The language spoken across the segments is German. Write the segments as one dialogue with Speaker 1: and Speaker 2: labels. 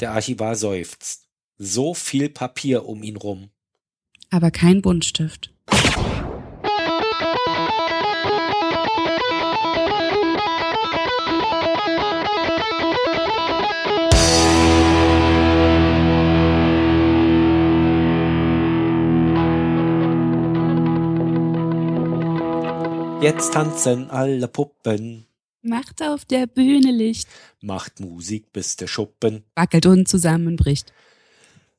Speaker 1: Der Archivar seufzt. So viel Papier um ihn rum.
Speaker 2: aber kein Buntstift.
Speaker 1: Jetzt tanzen alle Puppen.
Speaker 2: Macht auf der Bühne Licht.
Speaker 1: Macht Musik, bis der Schuppen
Speaker 2: Wackelt und zusammenbricht.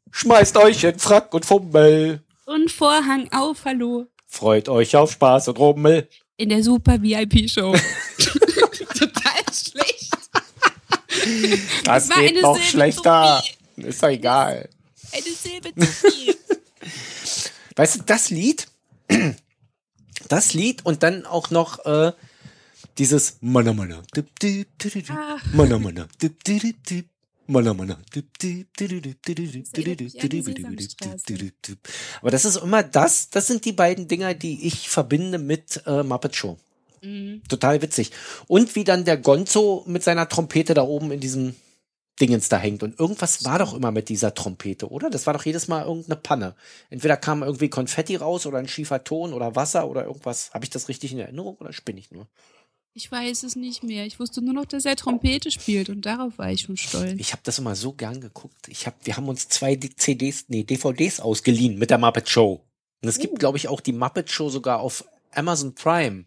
Speaker 1: Schmeißt euch in Frack und Fummel.
Speaker 2: Und Vorhang auf, hallo.
Speaker 1: Freut euch auf Spaß und Rummel.
Speaker 2: In der super VIP-Show. Total schlecht.
Speaker 1: Das
Speaker 2: war eine
Speaker 1: geht noch
Speaker 2: Silbe
Speaker 1: schlechter. Ist doch egal.
Speaker 2: Eine Silbe zu viel.
Speaker 1: Weißt du, das Lied, das Lied und dann auch noch äh, dieses Mana Mana. Dip, dip, dip, dip, dip.
Speaker 2: Ah.
Speaker 1: Mana Mana. Dip, dip, dip, dip. Mana Mana. Dip, dip, dip, dip, dip, dip, dip,
Speaker 2: Das erinnert
Speaker 1: dip,
Speaker 2: mich an
Speaker 1: dip, dip, dip,
Speaker 2: die Sesamstraße.
Speaker 1: dip, dip, dip. Aber das ist immer das, das sind die beiden Dinger, die ich verbinde mit äh, Muppet Show.
Speaker 2: Mhm.
Speaker 1: Total witzig. Und wie dann der Gonzo mit seiner Trompete da oben in diesem Dingens da hängt. Und irgendwas war doch immer mit dieser Trompete, oder? Das war doch jedes Mal irgendeine Panne. Entweder kam irgendwie Konfetti raus oder ein schiefer Ton oder Wasser oder irgendwas. Habe ich das richtig in Erinnerung oder spinne ich nur?
Speaker 2: Ich weiß es nicht mehr. Ich wusste nur noch, dass er Trompete spielt und darauf war ich schon stolz.
Speaker 1: Ich habe das immer so gern geguckt. Ich hab, wir haben uns zwei D- CDs, nee, DVDs ausgeliehen mit der Muppet Show. Und es
Speaker 2: Uh.
Speaker 1: gibt, glaube ich, auch die Muppet Show sogar auf Amazon Prime.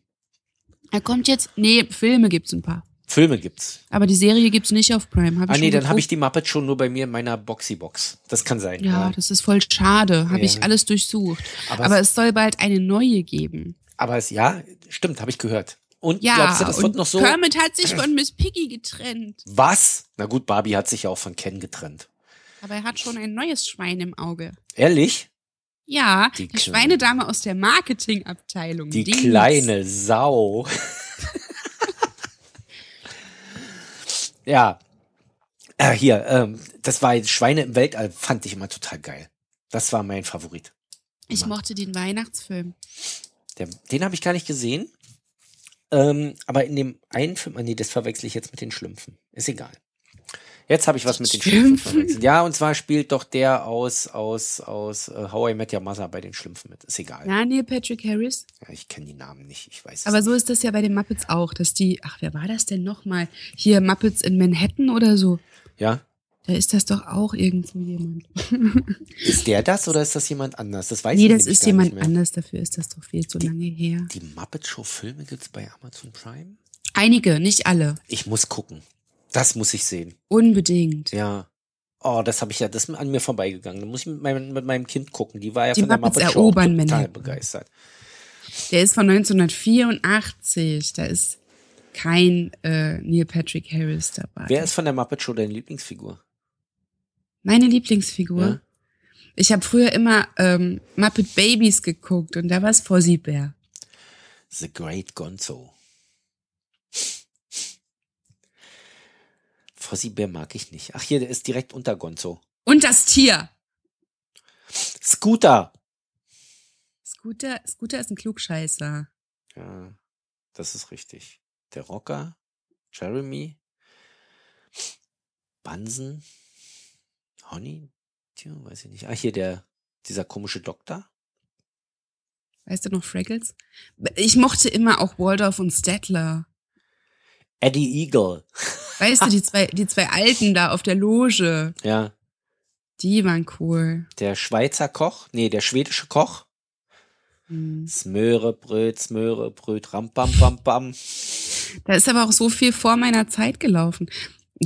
Speaker 2: Er kommt jetzt. Nee, Filme gibt's ein paar.
Speaker 1: Filme gibt's.
Speaker 2: Aber die Serie gibt's nicht auf Prime. Hab ich
Speaker 1: Ah nee,
Speaker 2: schon
Speaker 1: dann habe ich
Speaker 2: geguckt.
Speaker 1: die Muppet Show nur bei mir in meiner Boxy-Box. Das kann sein.
Speaker 2: Ja, das ist voll schade. Habe
Speaker 1: Ja.
Speaker 2: ich alles durchsucht.
Speaker 1: Aber,
Speaker 2: Aber, es soll bald eine neue geben.
Speaker 1: Aber es, ja, stimmt, habe ich gehört. Und
Speaker 2: Ja,
Speaker 1: glaubst du, das
Speaker 2: und
Speaker 1: wird noch so?
Speaker 2: Kermit hat sich von Miss Piggy getrennt.
Speaker 1: Was? Na gut, Barbie hat sich ja auch von Ken getrennt.
Speaker 2: Aber er hat schon ein neues Schwein im Auge.
Speaker 1: Ehrlich?
Speaker 2: Ja,
Speaker 1: Die
Speaker 2: die,
Speaker 1: Kleine.
Speaker 2: Schweinedame aus der Marketingabteilung.
Speaker 1: Die
Speaker 2: Dings.
Speaker 1: kleine Sau. ja. Äh, hier, ähm, das war Schweine im Weltall, fand ich immer total geil. Das war mein Favorit.
Speaker 2: Ich mochte den Weihnachtsfilm.
Speaker 1: Der, den habe ich gar nicht gesehen. Ähm, aber in dem einen Film, ah, nee, das verwechsel ich jetzt mit den Schlümpfen. Ist egal. Jetzt habe ich was mit den Schlümpfen
Speaker 2: Schlümpfen?
Speaker 1: verwechselt. Ja, und zwar spielt doch der aus, aus, aus äh, How I Met Your Mother bei den Schlümpfen mit. Ist egal. Ja.
Speaker 2: Na, nee, Patrick Harris.
Speaker 1: ich kenne die Namen nicht. Ich weiß es
Speaker 2: Aber
Speaker 1: nicht.
Speaker 2: so ist das ja bei den Muppets auch, dass die, ach, wer war das denn nochmal? Hier Muppets in Manhattan oder so.
Speaker 1: Ja?
Speaker 2: Da ist das doch auch irgendwo jemand.
Speaker 1: Ist der das oder ist das jemand anders? Das weiß
Speaker 2: nee,
Speaker 1: ich
Speaker 2: das
Speaker 1: nämlich
Speaker 2: ist
Speaker 1: gar
Speaker 2: jemand
Speaker 1: nicht mehr.
Speaker 2: anders, dafür ist das doch viel zu lange her.
Speaker 1: Die Muppet Show Filme gibt's bei Amazon Prime?
Speaker 2: Einige, nicht alle.
Speaker 1: Ich muss gucken. Das muss ich sehen.
Speaker 2: Unbedingt.
Speaker 1: Ja. Oh, das habe ich ja, das ist an mir vorbeigegangen. Da muss ich mit meinem, mit meinem Kind gucken. Die war ja
Speaker 2: Die
Speaker 1: von der
Speaker 2: Muppets
Speaker 1: Muppet Show
Speaker 2: erobern
Speaker 1: total
Speaker 2: Manhattan.
Speaker 1: begeistert.
Speaker 2: Der ist von 1984. Da ist kein äh, Neil Patrick Harris dabei.
Speaker 1: Wer ist von der Muppet Show deine Lieblingsfigur?
Speaker 2: Meine Lieblingsfigur.
Speaker 1: Ja?
Speaker 2: Ich habe früher immer ähm, Muppet Babies geguckt und da war es Fozzie Bear.
Speaker 1: The Great Gonzo. Fossi Bär mag ich nicht. Ach, hier, der ist direkt unter Gonzo.
Speaker 2: Und das Tier.
Speaker 1: Scooter!
Speaker 2: Scooter, Scooter ist ein Klugscheißer.
Speaker 1: Ja, das ist richtig. Der Rocker, Jeremy, Bunsen, Honey, Tja, weiß ich nicht. Ah, hier der, dieser komische Doktor.
Speaker 2: Weißt du noch Fraggles? Ich mochte immer auch Waldorf und Stettler.
Speaker 1: Eddie Eagle.
Speaker 2: Weißt du, die zwei, die zwei Alten da auf der Loge,
Speaker 1: Ja,
Speaker 2: die waren cool.
Speaker 1: der Schweizer Koch. Nee, der schwedische Koch.
Speaker 2: Hm.
Speaker 1: Smörebröt, Smörebröt, ram, bam, bam, bam.
Speaker 2: Da ist aber auch so viel vor meiner Zeit gelaufen.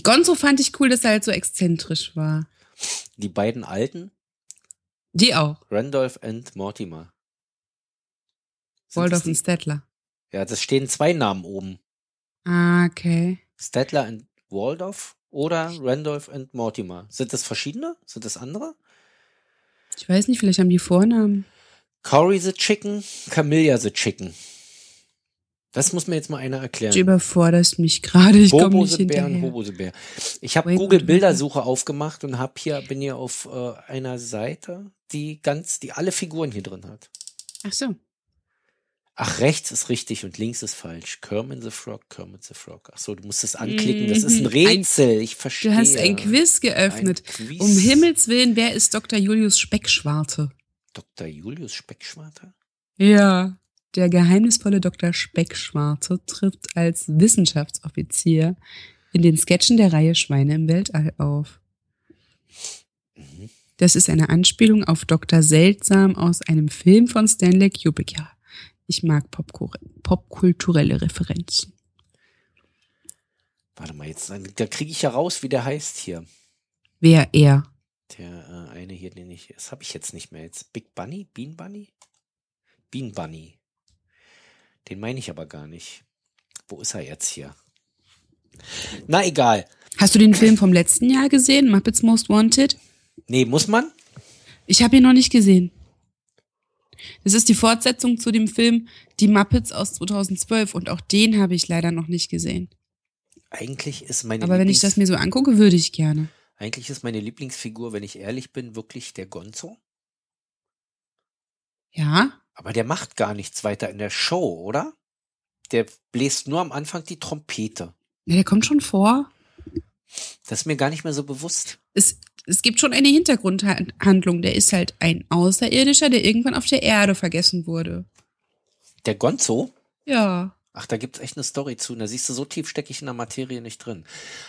Speaker 2: Gonzo fand ich cool, dass er halt so exzentrisch war.
Speaker 1: Die beiden Alten,
Speaker 2: Die auch.
Speaker 1: Randolph und Mortimer. Sind
Speaker 2: Waldorf und
Speaker 1: das die-
Speaker 2: Stettler.
Speaker 1: Ja, das stehen zwei Namen oben.
Speaker 2: Ah, okay.
Speaker 1: Stettler und Waldorf oder Randolph und Mortimer. Sind das verschiedene? Sind das andere?
Speaker 2: Ich weiß nicht, vielleicht haben die Vornamen.
Speaker 1: Cory the Chicken, Camilla the Chicken. Das muss mir jetzt mal einer erklären.
Speaker 2: Du überforderst mich gerade. Ich komme
Speaker 1: Bobo
Speaker 2: nicht
Speaker 1: the Bear und
Speaker 2: hinterher.
Speaker 1: Bobo the Bear. Ich habe
Speaker 2: Wait,
Speaker 1: Google
Speaker 2: wait,
Speaker 1: Bildersuche aufgemacht und hab hier bin hier auf äh, einer Seite, die ganz die alle Figuren hier drin hat.
Speaker 2: Ach so.
Speaker 1: Ach, rechts ist richtig und links ist falsch. Kermit the Frog, Kermit the Frog. Ach so, du musst es anklicken. Das ist ein
Speaker 2: Mhm.
Speaker 1: Rätsel. Ich verstehe.
Speaker 2: Du hast ein Quiz geöffnet.
Speaker 1: Ein Quiz.
Speaker 2: Um Himmels Willen, wer ist Dr. Julius Speckschwarte?
Speaker 1: Dr. Julius Speckschwarter?
Speaker 2: Ja. Der geheimnisvolle Dr. Speckschwarte trifft als Wissenschaftsoffizier in den Sketchen der Reihe Schweine im Weltall auf.
Speaker 1: Mhm.
Speaker 2: Das ist eine Anspielung auf Dr. Seltsam aus einem Film von Stanley Kubrick. Ja, ich mag Popkur- popkulturelle Referenzen.
Speaker 1: Warte mal, jetzt, da kriege ich ja raus, wie der heißt hier.
Speaker 2: Wer er?
Speaker 1: Der äh, eine hier, den ich. Das habe ich jetzt nicht mehr. Jetzt Big Bunny? Bean Bunny? Bean Bunny. Den meine ich aber gar nicht. Wo ist er jetzt hier? Na egal.
Speaker 2: Hast du den Film vom letzten Jahr gesehen, Muppets Most Wanted?
Speaker 1: Nee, muss man?
Speaker 2: Ich habe ihn noch nicht gesehen. Das ist die Fortsetzung zu dem Film Die Muppets aus 2012 und auch den habe ich leider noch nicht gesehen.
Speaker 1: Eigentlich ist meine
Speaker 2: Aber wenn ich das mir so angucke, würde ich gerne.
Speaker 1: Eigentlich ist meine Lieblingsfigur, wenn ich ehrlich bin, wirklich der Gonzo.
Speaker 2: Ja?
Speaker 1: Aber der macht gar nichts weiter in der Show, oder? Der bläst nur am Anfang die Trompete.
Speaker 2: ja der kommt schon vor.
Speaker 1: Das ist mir gar nicht mehr so bewusst.
Speaker 2: Es, es gibt schon eine Hintergrundhandlung. Der ist halt ein Außerirdischer, der irgendwann auf der Erde vergessen wurde.
Speaker 1: Der Gonzo?
Speaker 2: Ja.
Speaker 1: Ach, da gibt's echt eine Story zu. Und da siehst du, so tief stecke ich in der Materie nicht drin.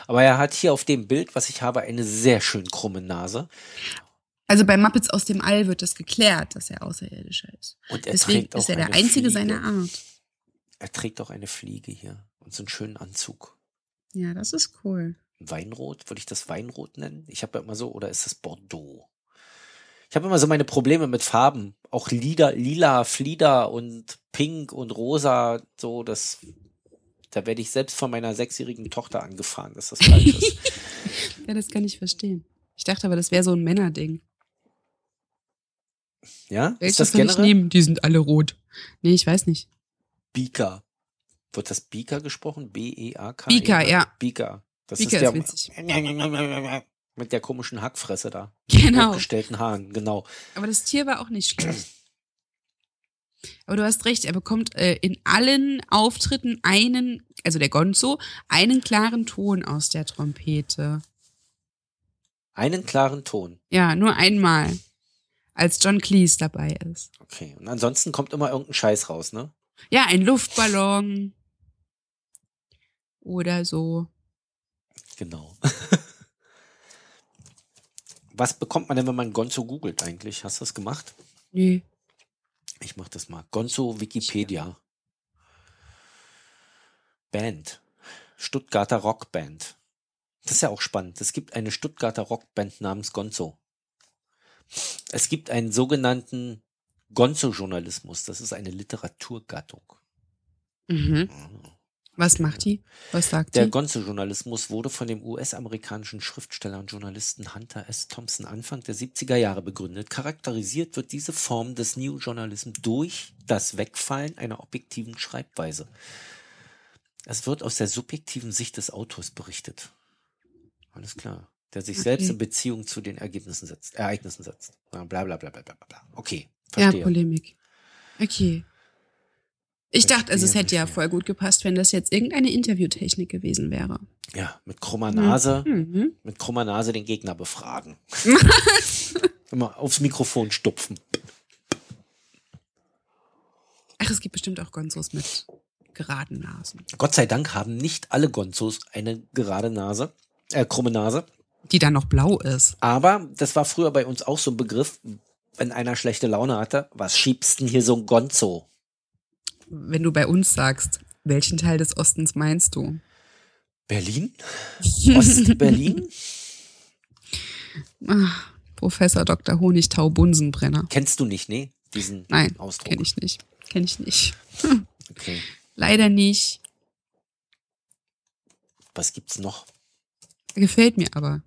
Speaker 1: Aber er hat hier auf dem Bild, was ich habe, eine sehr schön krumme Nase.
Speaker 2: Also bei Muppets aus dem All wird das geklärt, dass er Außerirdischer ist.
Speaker 1: Und er
Speaker 2: Deswegen
Speaker 1: trägt auch
Speaker 2: ist er der
Speaker 1: eine
Speaker 2: Einzige
Speaker 1: Fliege.
Speaker 2: seiner Art.
Speaker 1: Er trägt auch eine Fliege hier und so einen schönen Anzug.
Speaker 2: Ja, das ist cool.
Speaker 1: Weinrot, würde ich das Weinrot nennen? Ich habe ja immer so, oder ist das Bordeaux? Ich habe immer so meine Probleme mit Farben. Auch Lila, Lila, Flieder und Pink und Rosa, so, das, da werde ich selbst von meiner sechsjährigen Tochter angefahren, dass das falsch ist.
Speaker 2: Ja, das kann ich verstehen. Ich dachte aber, das wäre so ein Männerding.
Speaker 1: Ja? ist
Speaker 2: Welches
Speaker 1: das
Speaker 2: soll ich
Speaker 1: generell?
Speaker 2: nehmen? Die sind alle rot. Nee, ich weiß nicht.
Speaker 1: Bika. Wird das Bika gesprochen? E B-E-A-K?
Speaker 2: Bika, ja.
Speaker 1: Bika. Das
Speaker 2: Bika ist
Speaker 1: ist
Speaker 2: witzig.
Speaker 1: der. Mit der komischen Hackfresse da.
Speaker 2: Genau.
Speaker 1: Hochgestellten Haaren, genau.
Speaker 2: Aber das Tier war auch nicht schlecht. Aber du hast recht, er bekommt äh, in allen Auftritten einen, also der Gonzo, einen klaren Ton aus der Trompete.
Speaker 1: Einen klaren Ton.
Speaker 2: Ja, nur einmal. Als John Cleese dabei ist.
Speaker 1: Okay. Und ansonsten kommt immer irgendein Scheiß raus, ne?
Speaker 2: Ja, ein Luftballon. Oder so.
Speaker 1: Genau. Was bekommt man denn, wenn man Gonzo googelt eigentlich? Hast du das gemacht?
Speaker 2: Nö.
Speaker 1: Ich mach das mal. Gonzo Wikipedia. Band. Stuttgarter Rockband. Das ist ja auch spannend. Es gibt eine Stuttgarter Rockband namens Gonzo. Es gibt einen sogenannten Gonzo-Journalismus. Das ist eine Literaturgattung.
Speaker 2: Mhm. Was macht die? Was sagt
Speaker 1: Der
Speaker 2: die?
Speaker 1: Gonzo-Journalismus wurde von dem US-amerikanischen Schriftsteller und Journalisten Hunter S. Thompson Anfang der 70er Jahre begründet. Charakterisiert wird diese Form des New Journalism durch das Wegfallen einer objektiven Schreibweise. Es wird aus der subjektiven Sicht des Autors berichtet. Alles klar. Der sich
Speaker 2: Okay.
Speaker 1: selbst in Beziehung zu den Ergebnissen setzt, Ereignissen setzt. Na, Bla bla bla bla bla bla, bla. Okay.
Speaker 2: Ja,
Speaker 1: Verstehe.
Speaker 2: Polemik. Okay. Ich dachte, also es
Speaker 1: Verstehe,
Speaker 2: hätte ja
Speaker 1: verstehe.
Speaker 2: voll gut gepasst, wenn das jetzt irgendeine Interviewtechnik gewesen wäre.
Speaker 1: Ja, mit krummer Nase.
Speaker 2: Mhm.
Speaker 1: mit krummer Nase den Gegner befragen. Immer aufs Mikrofon stupfen.
Speaker 2: Ach, es gibt bestimmt auch Gonzos mit geraden Nasen,
Speaker 1: Gott sei Dank haben nicht alle Gonzos eine gerade Nase, äh, krumme Nase.
Speaker 2: die dann noch blau ist.
Speaker 1: Aber das war früher bei uns auch so ein Begriff, wenn einer schlechte Laune hatte, was schiebst denn hier so ein Gonzo?
Speaker 2: Wenn du bei uns sagst, welchen Teil des Ostens meinst du?
Speaker 1: Berlin? Ostberlin?
Speaker 2: Ach, Ah, Professor Dr. Honigtau Bunsenbrenner.
Speaker 1: Kennst du nicht, ne? Diesen
Speaker 2: Nein,
Speaker 1: Ausdruck.
Speaker 2: kenne ich nicht. Kenne ich nicht.
Speaker 1: Okay.
Speaker 2: Leider nicht.
Speaker 1: Was gibt's noch?
Speaker 2: Gefällt mir aber.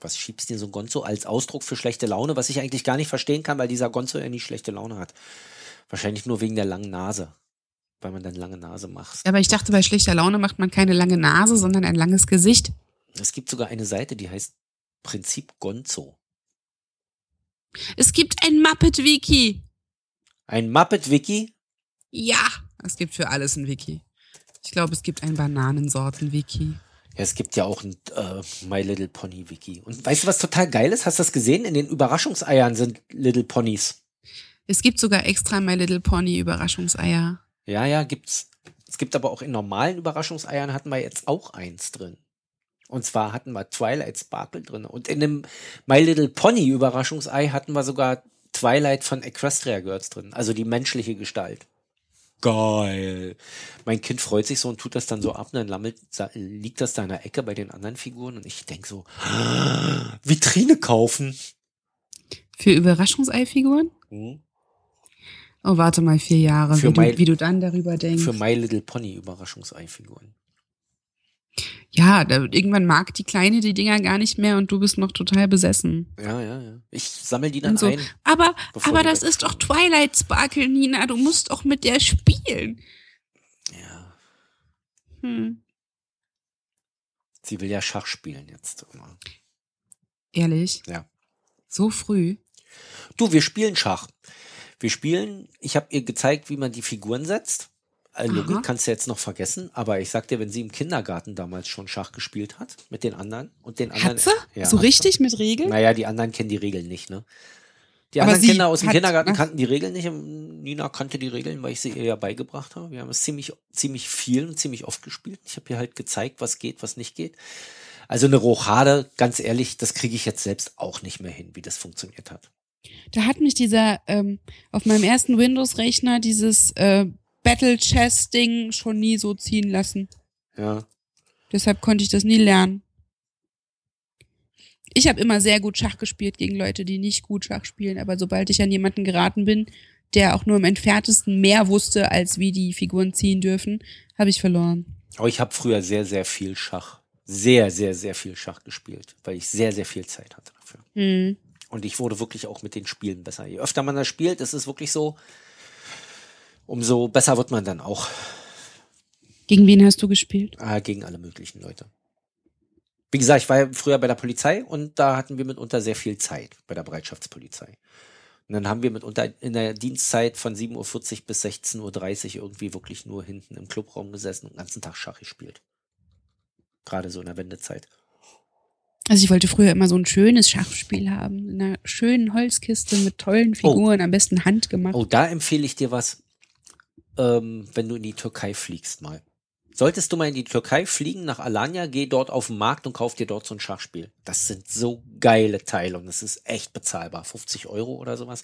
Speaker 1: Was schiebst dir so ein Gonzo als Ausdruck für schlechte Laune, was ich eigentlich gar nicht verstehen kann, weil dieser Gonzo ja nicht schlechte Laune hat. Wahrscheinlich nur wegen der langen Nase. Weil man dann lange Nase macht.
Speaker 2: Aber ich dachte, bei schlechter Laune macht man keine lange Nase, sondern ein langes Gesicht.
Speaker 1: Es gibt sogar eine Seite, die heißt Prinzip Gonzo.
Speaker 2: Es gibt ein Muppet-Wiki.
Speaker 1: Ein Muppet-Wiki?
Speaker 2: Ja, es gibt für alles ein Wiki. Ich glaube, es gibt ein Bananensorten-Wiki.
Speaker 1: Ja, es gibt ja auch ein äh, My Little Pony Wiki. Und weißt du, was total geil ist? Hast du das gesehen? In den Überraschungseiern sind Little Ponys.
Speaker 2: Es gibt sogar extra My Little Pony Überraschungseier.
Speaker 1: Ja, ja, gibt's. Es gibt aber auch in normalen Überraschungseiern hatten wir jetzt auch eins drin. Und zwar hatten wir Twilight Sparkle drin. Und in dem My Little Pony Überraschungsei hatten wir sogar Twilight von Equestria Girls drin. Also die menschliche Gestalt. Geil. Mein Kind freut sich so und tut das dann so ab und dann lammelt, sa- liegt das da in der Ecke bei den anderen Figuren und ich denk so, "Ah, Vitrine kaufen.
Speaker 2: Für Überraschungseifiguren? Oh, warte mal, vier Jahre,
Speaker 1: Für
Speaker 2: wie
Speaker 1: mein-
Speaker 2: du, wie du dann darüber denkst.
Speaker 1: Für My Little Pony Überraschungseifiguren.
Speaker 2: Ja, da, irgendwann mag die Kleine die Dinger gar nicht mehr und du bist noch total besessen.
Speaker 1: Ja, ja, ja. Ich sammel die dann
Speaker 2: Und so.
Speaker 1: ein.
Speaker 2: Aber,
Speaker 1: Bevor
Speaker 2: aber
Speaker 1: die
Speaker 2: das
Speaker 1: weg-
Speaker 2: ist doch Twilight Sparkle, Nina. Du musst doch mit der spielen.
Speaker 1: Ja.
Speaker 2: Hm.
Speaker 1: Sie will ja Schach spielen jetzt immer.
Speaker 2: Ehrlich?
Speaker 1: Ja.
Speaker 2: So früh?
Speaker 1: Du, wir spielen Schach. Wir spielen, ich habe ihr gezeigt, wie man die Figuren setzt. Äh, Logik
Speaker 2: Aha.
Speaker 1: kannst du jetzt noch vergessen, aber ich sag dir, wenn sie im Kindergarten damals schon Schach gespielt hat mit den anderen und den anderen.
Speaker 2: Hat sie?
Speaker 1: Ja,
Speaker 2: so
Speaker 1: hat sie.
Speaker 2: richtig mit Regeln?
Speaker 1: Naja, die anderen kennen die Regeln nicht, ne? Die
Speaker 2: Hm? Aber
Speaker 1: anderen
Speaker 2: sie
Speaker 1: Kinder aus dem
Speaker 2: hat- ne?
Speaker 1: Kindergarten
Speaker 2: ach.
Speaker 1: kannten die Regeln nicht. und Nina kannte die Regeln, weil ich sie ihr ja beigebracht habe. Wir haben es ziemlich, ziemlich viel und ziemlich oft gespielt. Ich habe ihr halt gezeigt, was geht, was nicht geht. Also eine Rochade, ganz ehrlich, das kriege ich jetzt selbst auch nicht mehr hin, wie das funktioniert hat.
Speaker 2: Da hat mich dieser, ähm, auf meinem ersten Windows-Rechner, dieses äh, Battle Chess-Ding schon nie so ziehen lassen.
Speaker 1: Ja.
Speaker 2: Deshalb konnte ich das nie lernen. Ich habe immer sehr gut Schach gespielt gegen Leute, die nicht gut Schach spielen, aber sobald ich an jemanden geraten bin, der auch nur im entferntesten mehr wusste, als wie die Figuren ziehen dürfen, habe ich verloren.
Speaker 1: Aber ich habe früher sehr, sehr viel Schach. Sehr, sehr, sehr viel Schach gespielt, weil ich sehr, sehr viel Zeit hatte dafür.
Speaker 2: Hm.
Speaker 1: Und ich wurde wirklich auch mit den Spielen besser. Je öfter man das spielt, ist es wirklich so, umso besser wird man dann auch
Speaker 2: Gegen wen hast du gespielt?
Speaker 1: äh, gegen alle möglichen Leute. Wie gesagt, ich war ja früher bei der Polizei und da hatten wir mitunter sehr viel Zeit bei der Bereitschaftspolizei. Und dann haben wir mitunter in der Dienstzeit von 7.40 Uhr bis 16.30 Uhr irgendwie wirklich nur hinten im Clubraum gesessen und den ganzen Tag Schach gespielt. Gerade so in der Wendezeit.
Speaker 2: Also ich wollte früher immer so ein schönes Schachspiel haben, in einer schönen Holzkiste mit tollen Figuren, am besten handgemacht.
Speaker 1: Oh, da empfehle ich dir was, ähm, wenn du in die Türkei fliegst mal. Solltest du mal in die Türkei fliegen, nach Alanya, geh dort auf den Markt und kauf dir dort so ein Schachspiel. Das sind so geile Teile und das ist echt bezahlbar. 50 Euro oder sowas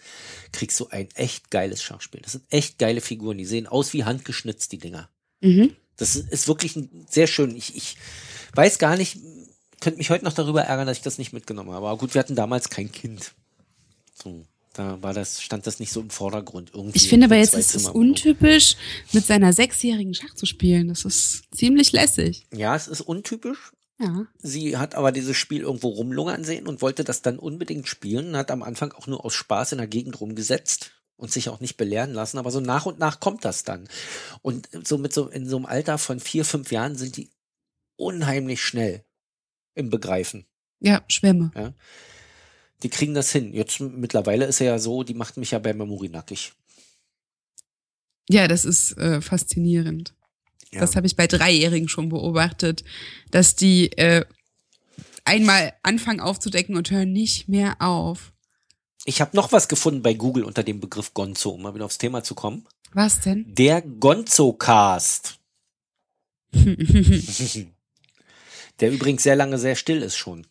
Speaker 1: kriegst du ein echt geiles Schachspiel. Das sind echt geile Figuren. Die sehen aus wie handgeschnitzt, die Dinger.
Speaker 2: Mhm.
Speaker 1: Das ist- ist wirklich ein, sehr schön. Ich, ich weiß gar nicht, könnte mich heute noch darüber ärgern, dass ich das nicht mitgenommen habe. Aber gut, wir hatten damals kein Kind. So, da war das, stand das nicht so im Vordergrund irgendwie.
Speaker 2: Ich finde aber
Speaker 1: in
Speaker 2: jetzt
Speaker 1: zwei
Speaker 2: ist es
Speaker 1: Zimmerwohnung.
Speaker 2: untypisch, mit seiner Sechsjährigen Schach zu spielen. Das ist ziemlich lässig.
Speaker 1: Ja, es ist untypisch.
Speaker 2: Ja.
Speaker 1: Sie hat aber dieses Spiel irgendwo rumlungern sehen und wollte das dann unbedingt spielen und hat am Anfang auch nur aus Spaß in der Gegend rumgesetzt und sich auch nicht belehren lassen. Aber so nach und nach kommt das dann. Und so mit so, in so einem Alter von vier, fünf Jahren sind die unheimlich schnell im Begreifen.
Speaker 2: Ja, Schwämme.
Speaker 1: die kriegen das hin. Jetzt m- mittlerweile ist er ja so, die macht mich ja bei Memory nackig.
Speaker 2: Ja, das ist äh, faszinierend.
Speaker 1: Ja.
Speaker 2: Das habe ich bei Dreijährigen schon beobachtet, dass die äh, einmal anfangen aufzudecken und hören nicht mehr auf.
Speaker 1: Ich habe noch was gefunden bei Google unter dem Begriff Gonzo, um mal wieder aufs Thema zu kommen.
Speaker 2: Was denn?
Speaker 1: Der Gonzo-Cast, der übrigens sehr lange sehr still ist schon.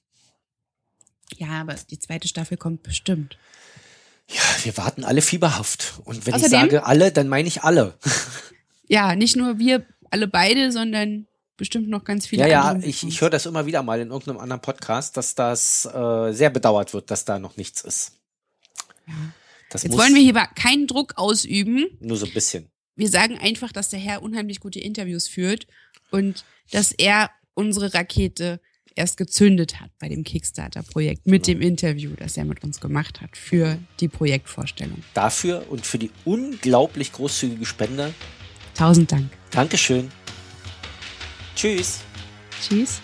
Speaker 2: ja, aber die zweite Staffel kommt bestimmt.
Speaker 1: Ja, wir warten alle fieberhaft. Und wenn ich
Speaker 2: Außerdem-
Speaker 1: sage alle, dann meine ich alle.
Speaker 2: Ja, nicht nur wir alle beide, sondern bestimmt noch ganz viele
Speaker 1: Ja, ja,
Speaker 2: andere.
Speaker 1: ich, ich höre das immer wieder mal in irgendeinem anderen Podcast, dass das äh, sehr bedauert wird, dass da noch nichts ist. Das
Speaker 2: Jetzt
Speaker 1: muss
Speaker 2: wollen wir hier aber keinen Druck ausüben.
Speaker 1: nur so ein bisschen.
Speaker 2: wir sagen einfach, dass der Herr unheimlich gute Interviews führt und dass er unsere Rakete erst gezündet hat bei dem Kickstarter-Projekt mit dem Interview, das er mit uns gemacht hat für die Projektvorstellung.
Speaker 1: Dafür und für die unglaublich großzügige Spende
Speaker 2: Tausend Dank.
Speaker 1: Dankeschön. Tschüss.
Speaker 2: Tschüss.